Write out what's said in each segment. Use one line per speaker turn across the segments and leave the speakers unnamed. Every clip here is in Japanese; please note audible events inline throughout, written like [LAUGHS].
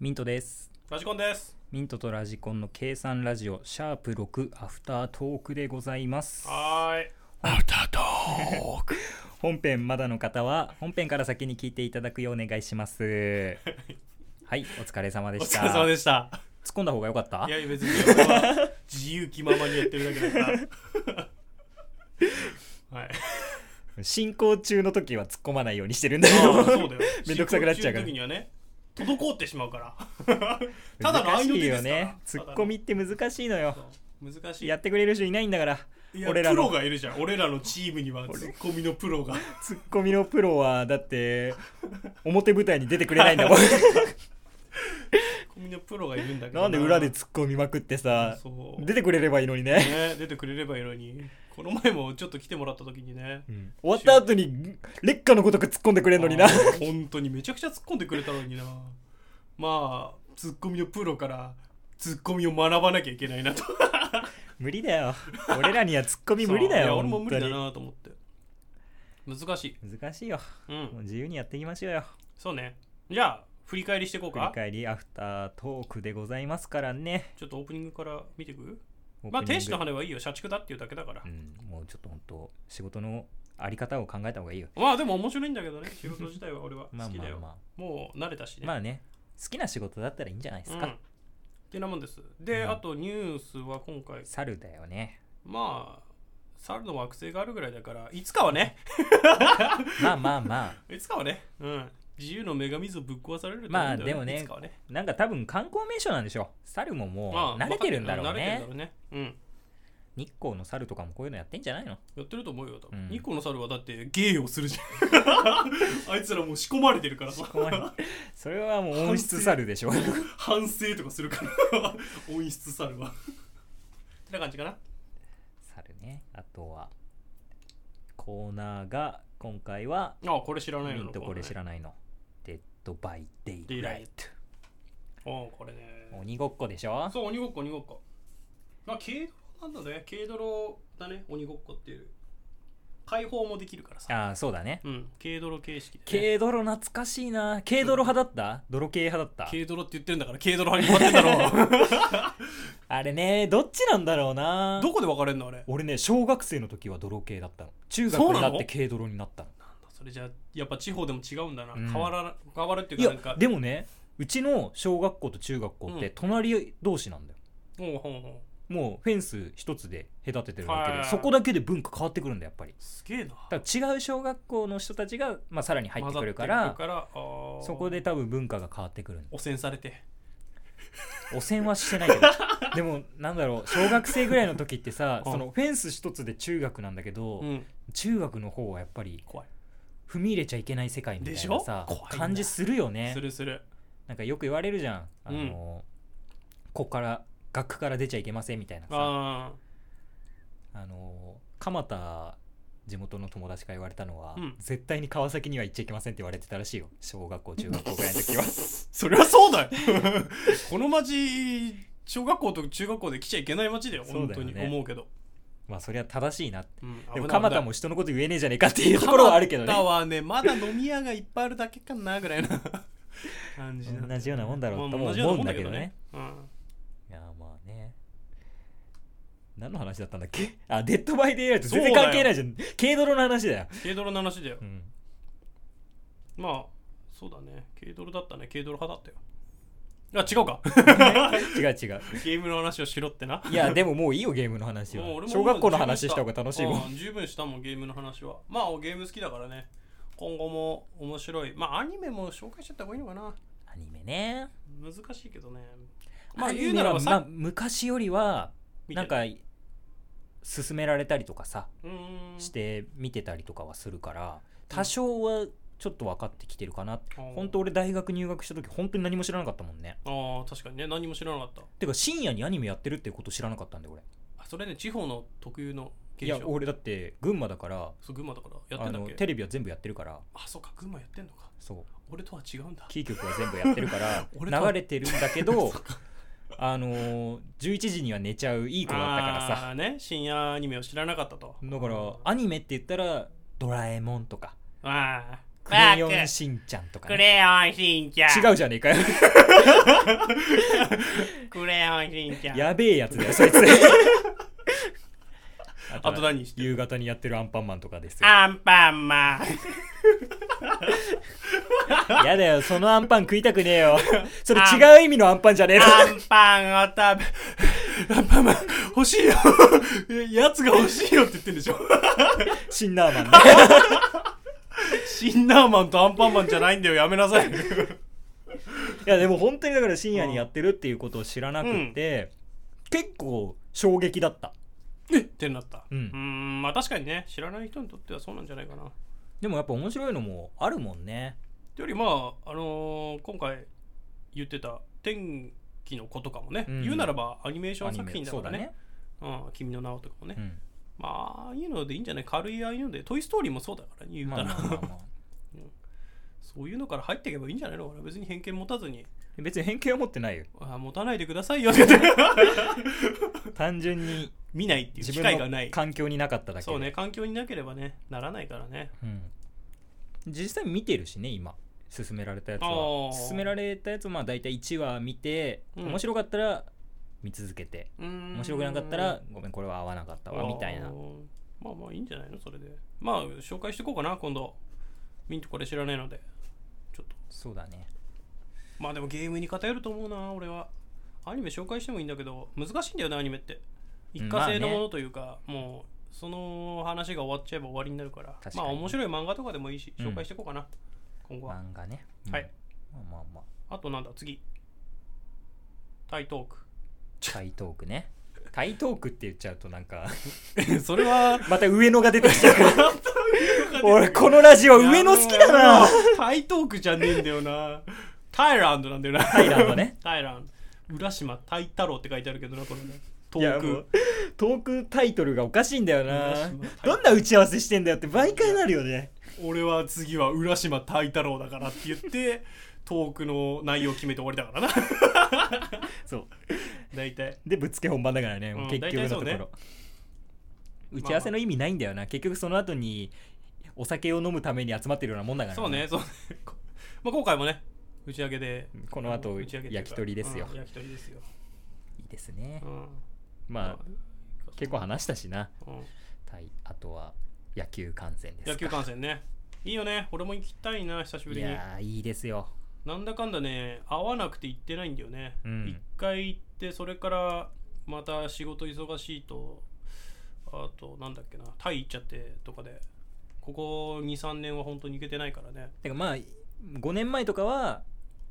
ミントです
ラジコンです。
ミントとラジコンの計算ラジオシャープ6アフタートークでございます
はーい。
アフタートーク [LAUGHS] 本編まだの方は本編から先に聞いていただくようお願いしますはいお疲れ様で
お
した
疲れ様でした。
突っ込んだ方が良かった
いや、別に俺は自由気ままにやってるだけだから。はい。
進行中の時は突っ込まないようにしてるんだけ
ああそう
ど
[LAUGHS] だよ。
めんどくさくなっちゃうから
進行中の時にはね、滞ってしまうから。ただ
[LAUGHS]
の
難
愛
し
の手
い
で
よ
すから
ね。突っ込みって難しいのよ
ただの。そう難しい。
やってくれる人いないんだから
いや
俺らの
プロがいるじゃん。俺らのチームにはツッコミのプロが。
ツッコミのプロはだって表舞台に出てくれないんだもん
ツッコミのプロがいるんだけど。
なんで裏で
ッ
ツッコみまくってさ
そう。
出てくれればいいのにね、
ね、出てくれればいいのに。この前もちょっと来てもらった時にね。
うん終わった後に劣化のごとく突っ込んでくれるのにな
あー本当にめちゃくちゃ突っ込んでくれたのになまあツッコミのプロからツッコミを学ばなきゃいけないなと
[LAUGHS] 無理だよ俺らにはツッコミ無理だ
いや
よ
俺も
本
無
当
理だ
に
なと思って難しい
難しいよ
う
もうん自由にやっていきましょうよ
そうねじゃあ振り返りしていこう
振り
か
返りアフタートークでございますからね
ちょっとオープニングから見てく
オープニング
まあ天使の羽はいいよ社畜だっていうだけだから、
うんもうちょっと本当仕事のあり方を考えた方がいいよ
まあでも面白いんだけどね [LAUGHS] 仕事自体は俺は
まあ
好き
ま
だ
あ
よ、
ま
もう慣れたし
あ
ね
まあね好きな仕事だったらいいんじゃないです
うん、
か、
ってなもんですで、
うん
あとニュースは今回
猿だよね
まあ猿の惑星があるぐらいだからいつかはね
まあまあまあ
いつかはね、うん、自由の女神像ぶっ壊されると思うん
まあ
だよ
でもね
いつかはね
なんか多分観光名所なんでしょう猿ももう慣れてるんだろうね
慣れてるんだろうね。うん。
日光の猿とかもこういうのやってんじゃないの
やってると思うよ。多
うん
分日光の猿はだって芸をする
[LAUGHS]
じゃん。あいつらもう仕込まれてるからさ。
それはもう温室猿でしょ
反省とかするから、音質猿は。ってな感じかな。
猿ねあとはコーナーが今回は
ああ、これ知らない
ミ
の
ントこれ知
ない。
らないのデッドバイデイライト
ああ、これね。
鬼ごっこでしょ
そう、鬼ごっこ、鬼ごっこ。まあ、軽泥なんだね。軽泥だね、鬼ごっこっていう。解放もできるからさ。
ああそうだね
うん、軽泥形式で、ね。
軽泥懐かしいな軽泥派だった泥系派だった
軽泥って言ってるんだから軽泥派に決まってんだ
[LAUGHS]
ろ
あれねどっちなんだろうな
どこで分かれんのあれ
俺ね小学生の時は泥系だったの中学
そう
に
な
な
の
って軽泥になったの
それじゃやっぱ地方でも違うんだな、
うん
変わら変わるってい
いう
かなん
や
か
でもねうちの小学校と中学校って
うん
隣同士なんだよ、
ほうほうほう
もうフェンス一つで隔ててるだけ
は
で
い
そこだけで文化変わってくるんだやっぱり
すげえな
だから違う小学校の人たちが、まあ、さらに入ってくるから
混ざってくるからあー
そこで多分文化が変わってくるんだ
汚染されて
汚染はしてない
[LAUGHS]
けどでもなんだろう小学生ぐらいの時ってさ
うん
そのフェンス一つで中学なんだけど、
うん
中学の方はやっぱり
怖い、
踏み入れちゃいけない世界みたいなさ
でしょ怖いんだ
感じするよね
するする
なんかよく言われるじゃんあの、ここから学区から出ちゃいけませんみたいなさあ
あ
の蒲田地元の友達から言われたのは、
うん
絶対に川崎には行っちゃいけませんって言われてたらしいよ小学校中学校ぐらいの
[LAUGHS]
時は
ーそりゃそうだよ [LAUGHS] この町小学校と中学校で来ちゃいけない町だよ
そう
本
だ
当
よね
に思うけど、
まあそれは正しいなって
うん、
でも
危ない
蒲
危
田
ない
も人のこと言えねえじゃねえかっていうところはあるけどね
蒲田はねまだ飲み屋がいっぱいあるだけかなぐらいな [LAUGHS] 感じなんだ
同じようなもんだろうとも
まあ同じよ
思う
なんも
だけどね、
うん
いやまあね何の話だったんだっけあデッドバイデイライト全然
そうだよ
関係ないじゃん軽泥の話だよ、
軽泥
[LAUGHS]
の話だよ
う。ん、
まあ、そうだね。軽泥だったね。軽泥派だったよ。あ、違うか。 [LAUGHS]
違う違う
ゲームの話をしろってな。
いやでももういいよゲームの話は
もう俺も
小学校の話した方が楽しいもん、
うん十分したもん、ゲームの話は。まあ、ゲーム好きだからね。今後も面白い。まあ、アニメも紹介しちゃった方がいいのかな。
アニメね
難しいけどね。まあ、
アニメ
言
は
うならば
まあ
さ、
昔よりは
見
な
て
んか勧められたりとかさ
うーん
して見てたりとかはするから多少はちょっと分かってきてるかな、
うん
本当俺大学入学した時本当に何も知らなかったもんね
ああ、確かにね。何も知らなかった。
てか深夜にアニメやってるってこと知らなかったんで俺
あそれね、地方の特有の現
いや
象。
俺だって群馬だから
そう、群馬だから。やっ
あ
てんだっ
の
け
テレビは全部やってるから
あ、そうか、群馬やってんのか。
そう
俺とは違うんだ。
キー局は全部やってるから
[LAUGHS] 俺とは
流れてるんだけ
[LAUGHS]
どあのー11時には寝ちゃういい子だったからさ
あーね深夜アニメを知らなかったと
だからアニメって言ったら「ドラえもん」とか
あ
「
ー
クレヨンしんちゃんとか、
クレ
ね、
ヨンしんちゃん。
違うじゃねえかよ
クレヨンしんちゃん。
[LAUGHS] やべえやつだよそ
[LAUGHS]
いつ
あと何してる
夕方にやってるアンパンマンとかですよ
アンパンマン。
やだよそのアンパン食いたくねえよそれ違う意味のアンパンじゃねえの
アンパンを食
アンパンマン欲しいよ [LAUGHS] やつが欲しいよって言ってんでしょ
シンナーマンね
シンナーマンとアンパンマンじゃないんだよやめ
[LAUGHS]
なさい
[LAUGHS] いやでも本当にだから深夜にやってるっていうことを知らなくて、結構衝撃だった、
えってなった
うん
ーんまあ確かにね知らない人にとってはそうなんじゃないかな
でもやっぱ面白いのもあるもんね
よりまああのー今回言ってた天気の子とかもね、
うん
言うならばアニメーショ
ア
ン
ニ
作
メ
品だ
そ
か
うだ
らね
ね、
うん、君の名はとかもね、
うん
まあああいうのでいいんじゃない軽いああいうので「トイ・ストーリー」もそうだからね言うた
まあ
ら、
まあまあまあ
[LAUGHS] そういうのから入っていけばいいんじゃないのかな別に偏見持たずに
別に偏見を持ってない
[LAUGHS]
よ
あー持たないでくださいよって言 [LAUGHS] って
単純に
見ないっていう
自
機会が
分
な
の
い
環境になかっただけで
そうね環境になければねならないからね
うん、実際見てるしね今勧められたやつ
あ
は
ー
勧められたやつはまあ大体1話見て、
うん
面白かったら見続けて面
面
白くなかったらごめんこれは合わなかったわみたいな
まあまあいいんじゃないのそれでまあ紹介していこうかな今度ミントこれ知らないのでちょっと
そうだね
まあでもゲームに偏ると思うな俺はアニメ紹介してもいいんだけど難しいんだよねアニメって一過性のものというか、もうその話が終わっちゃえば終わりになるから
確かに
まあ面白い漫画とかでもいいし
うん
紹介していこうかな、今後は
漫画ね、うん
はい
まあまあまあ
あとなんだ次タイト
[LAUGHS] タイトークねタイトークって言っちゃうとなんか
ークそれは
また上野が出てきちゃうから俺このラジオ上野好きだな
タイトークじゃねえんだよなタイランドなんだよな
タイランド
[LAUGHS]
ね
タイランド浦島タイ太郎って書いてあるけどなこれねト
いや
ー
もう
ク
トークタイトルがおかしいんだよ
浦
な
島タイ
どんな打ち合わせしてんだよって毎回なるよね
俺は次は浦島タイ太郎だからって言ってトークの内容決めて終わりだから
[LAUGHS]
な
そう
大体
でぶっつけ本番だからね、もう
うん
結局のところ、
大体そうね
打ち合わせの意味ないんだよな、結局その後にお酒を飲むために集まってるようなもんだから
そうねそうねこまあ今回もね打ち上げで
この後
打ち上げというか
焼き鳥ですよ
うん焼き鳥ですよ、
いいですね、
うん
まあ結構話したしな
うん
対あとは野球観戦ですか
野球観戦ねいいよね俺も行きたいな久しぶり
い
に
やーいいですよ
なんだかんだね会わなくて行ってないんだよね
う
一、
ん
回行ってそれからまた仕事忙しいとあとなんだっけなタイ行っちゃってとかでここ23年は本当に行けてないからね
てかまあ5年前とかは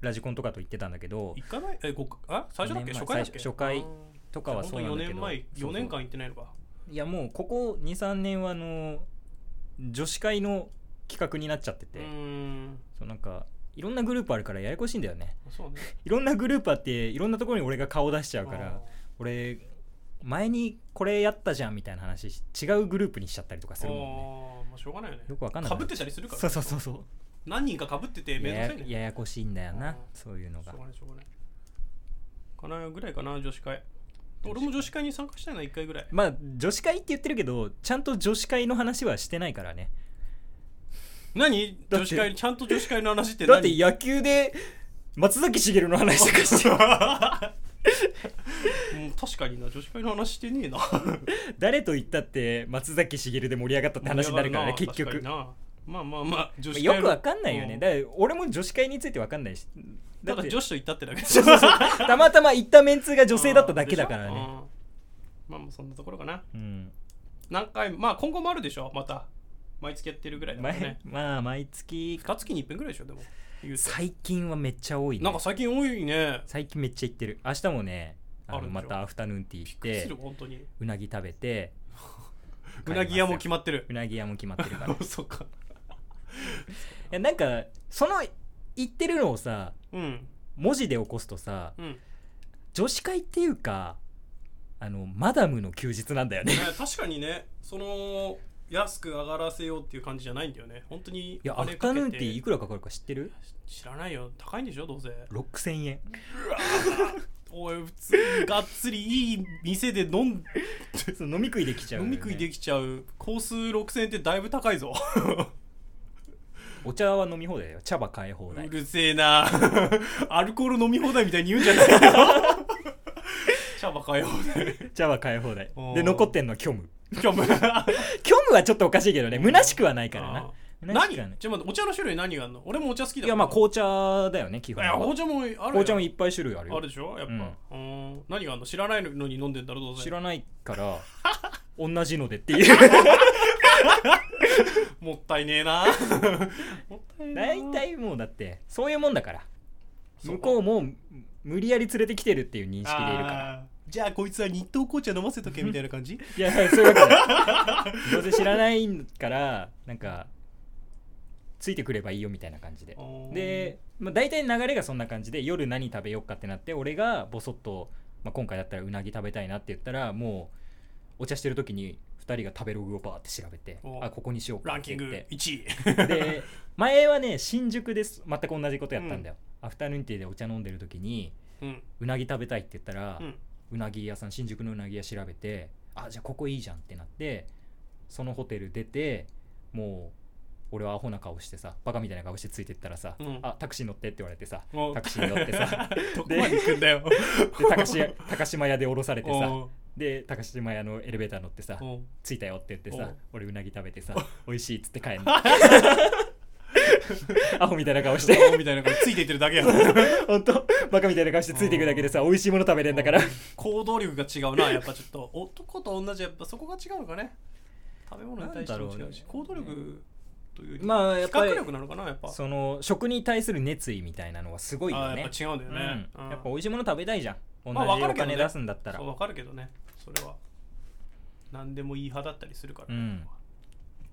ラジコンとかと言ってたんだけど
行かないえごあ最初だっけ
五
初
年
回
前
だっけ
最初初回
あー
とかは
じゃ
そ
あ
うなんだ
本当4
けど
年前
そうそう
4年間行ってないのか
いやもうここ23年はあの女子会の企画になっちゃってて、
うーん
そうなんかいろんなグループあるからややこしいんだよね
そう
[LAUGHS]
ね
いろんなグループあっていろんなところに俺が顔出しちゃうか
あ
ら
ー
俺前にこれやったじゃんみたいな話し違うグループにしちゃったりとかするも
あーまあしょうがないよね
んねよくわかんない
かぶってたりするから
そうそうそうそう
何人かかぶっててめんどく
や
さいね
ややこしいんだよ
あー
なそういうの
し
が
ょうがないしょうがないかなぐらいかな女子会俺も女子会に参加したいな1回ぐらい
まあ女子会って言ってるけどちゃんと女子会の話はしてないからね
何
だって
女子会ちゃんと女子会の話って
だって
何
野球で松崎しげるの話とかして
[LAUGHS] うん確かにな女子会の話し
[LAUGHS]
てねえな
誰と言ったって松崎しげるで盛り上がったって話になるからね結
確
局
になまあまあまあ女
よくわかんないよね、
う
だから俺も女子会についてわかんないした
だ
って
女子と行ったってだけ
[LAUGHS]
で
そうそうそうたまたま行ったメンツが女性だっただけだから
でしょ
ね、
うんまあまあそんなところかな
うん
何回まあ今後もあるでしょまた毎月やってるぐらいだから
前
ね
まあ毎月
2月に1遍ぐらいでしょでも言うと
最近はめっちゃ多いね
なんか最近多いね
最近めっちゃ行ってる明日もねあ
あ
の
るんで
ま
しょ
たアフタヌーンティー行っ
びっくりす
て
る本当に
うなぎ食べて
[LAUGHS] うなぎ屋も決
ま
まってる
うなぎ屋も決まってるから [LAUGHS] い
[LAUGHS] そっか
やなんかその行ってるのをさ
うん
文字で起こすとさ
うん
女子会っていうかあのマダムの休日なんだ
[LAUGHS]
よね
確かにねその安く上がらせようっていう感じじゃないんだよね本当に
いやアフタヌーンティーいくらかかるか知ってる
知らないよ高いんでしょどうせ
6000円
[LAUGHS] おい普通にがっつりいい店で飲ん
そう飲み食いできちゃう、
飲み食いで
き [LAUGHS]
きちゃうコース6000円ってだいぶ高いぞ
お茶は飲み放題だよ茶葉買い放題
うるせえな [LAUGHS] アルコール飲み放題みたいに言うんじゃないよ [LAUGHS] シャ
[LAUGHS]
バかよ
茶葉買い放題
お
で
ー
残ってんのは虚無
今日も
虚無はちょっとおかしいけどね虚しくはないから
あ
な
ー
虚し
何
くはない
ちょっと待ってお茶の種類何があるの俺もお茶好きだ
いやまあ
う
紅茶だよね基
い
本
や
は
紅茶もあるよ
紅茶もいっぱい種類ある
あ
よ
るでしょやっぱ、うん、何があんの知らないのに飲んでんだろどうせ
知らないから
[LAUGHS]
同じのでっていう
もったいね
[LAUGHS]
えなもったいねえ
大
な
体もうだってそういうもんだから
そう
向こうもう無理やり連れてきてるっていう認識でいるから
あーじゃあこいつは日東紅茶飲ませとけみたいな感じ
いやそういうわけだど
[LAUGHS]
うせ知らないからなんかついてくればいいよみたいな感じでで、まあ、大体流れがそんな感じで夜何食べようかってなって俺がボソッと、まあ、今回だったらうなぎ食べたいなって言ったらもうお茶してる時に2人が食べログをバーって調べて
お
あここにしようか
ラン
っ
キ
て
ン
言っ
グ
て
1位
で前はね新宿です全く同じことやったんだよ、アフタヌーンティーでお茶飲んでる時に
うん
うなぎ食べたいって言ったら、
うん
うなぎ屋さん新宿のうなぎ屋調べてあじゃあここいいじゃんってなってそのホテル出てもう俺はアホな顔してさバカみたいな顔してついてったらさ、
うん
あタクシー乗ってって言われてさ
お
タクシー乗ってさ
[LAUGHS] どこまで行くんだよ
で高
[LAUGHS]
島高島屋で降ろされてさ
おう
で高島屋のエレベーター乗ってさ
おう
着いたよって言って
お
さ
う
俺うなぎ食べてさ美味しいっつって帰るの
[LAUGHS]
アホみたいな顔して
おうみたいな感じついていってるだけやろ
[LAUGHS] 本当バカみたいな顔してついていくだけでさ美味しいもの食べれんだから
行動力が違うなやっぱちょっと男と女じゃやっぱそこが違うのかね食べ物に対して
な
も
んだ
違
ろう
うし
ね
行動力というより
まあ
比
やっぱり
較力なのかなやっぱ
その食に対する熱意みたいなのはすごい
あ
よ
ーや
ね
っぱ違うんだよね、
う
うんん
やっぱ美味しいもの食べたいじゃん同じ
まあわか
お
るけどね
金出すんだったら、
そうわかるけどねそれは何でもいい派だったりするから、
うん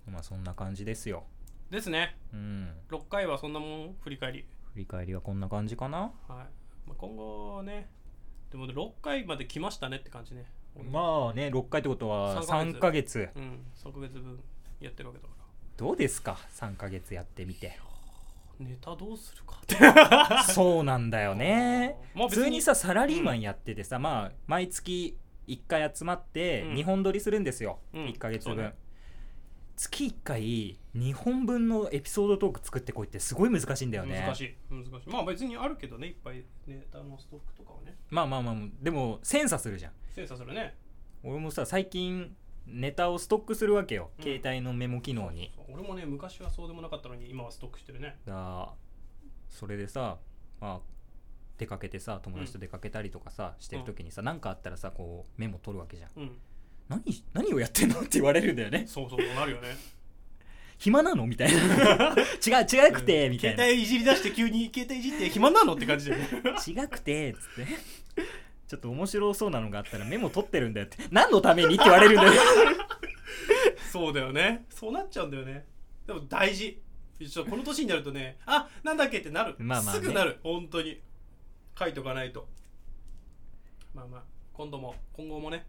まあそんな感じですよ
ですね
うん
6回はそんなもん振り返り、
振り返りはこんな感じかな
はいまあ、今後ねでも6回まで来ましたねって感じね
まあね6回ってことは3
3
ヶ
ヶ
月
うん3ヶ月分やってるわけだから
どうですか3ヶ月やってみて
ネタどうするかって
そうなんだよ [LAUGHS] ね
まあ
普
別に
通にさサラリーマンやっててさ、まあ毎月1回集まって
うん
2本撮りするんですよ、
うん
1ヶ月
そう
分、
ね
月1回2本分のエピソードトーク作ってこいってすごい難しいんだよね
難しい難しいまあ別にあるけどねいっぱいネタのストックとかはね
まあまあまあでもセンサするじゃん
精査するね
俺もさ最近ネタをストックするわけよ、
うん
携帯のメモ機能に
そう俺もね昔はそうでもなかったのに今はストックしてるね
だからそれでさ、まあ、出かけてさ友達と出かけたりとかさ、してる時にさ何かあったらさこうメモ取るわけじゃん
うん
何何をやってんのって言われるんだよね
そうそうそうなるよね
暇なのみたい [LAUGHS] な違う違くて、みたいな
携帯いじり出して急に携帯いじって暇なのって感じだ
[LAUGHS]
よね
違くてっつってちょっと面白そうなのがあったらメモ取ってるんだよって何のためにって言われるん [LAUGHS] だよ
そうだよねそうなっちゃうんだよねでも大事ちょこの年になるとねあなんだっけってなる、
まあまあね
すぐなる本当に書いとかないとまあまあ今度も今後もね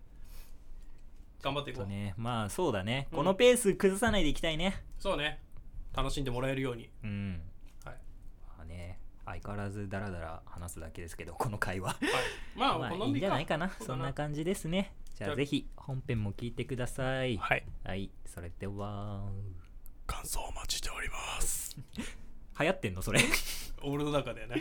頑張っていこ
と
う、
ねまあそうだね、
うん
このペース崩さないでいきたいね
そうね楽しんでもらえるように
うん
はい
まあね相変わらずダラダラ話すだけですけどこの会話
はい、まあ、
まあ
こ
いいんじゃないかな
う
そんな感じですねじゃ
じゃ
あ
あ
ぜひ本編も聞いてください
はい
はいそれでは [LAUGHS]
感想お待ちしております
流行ってんのそれ
俺の中でね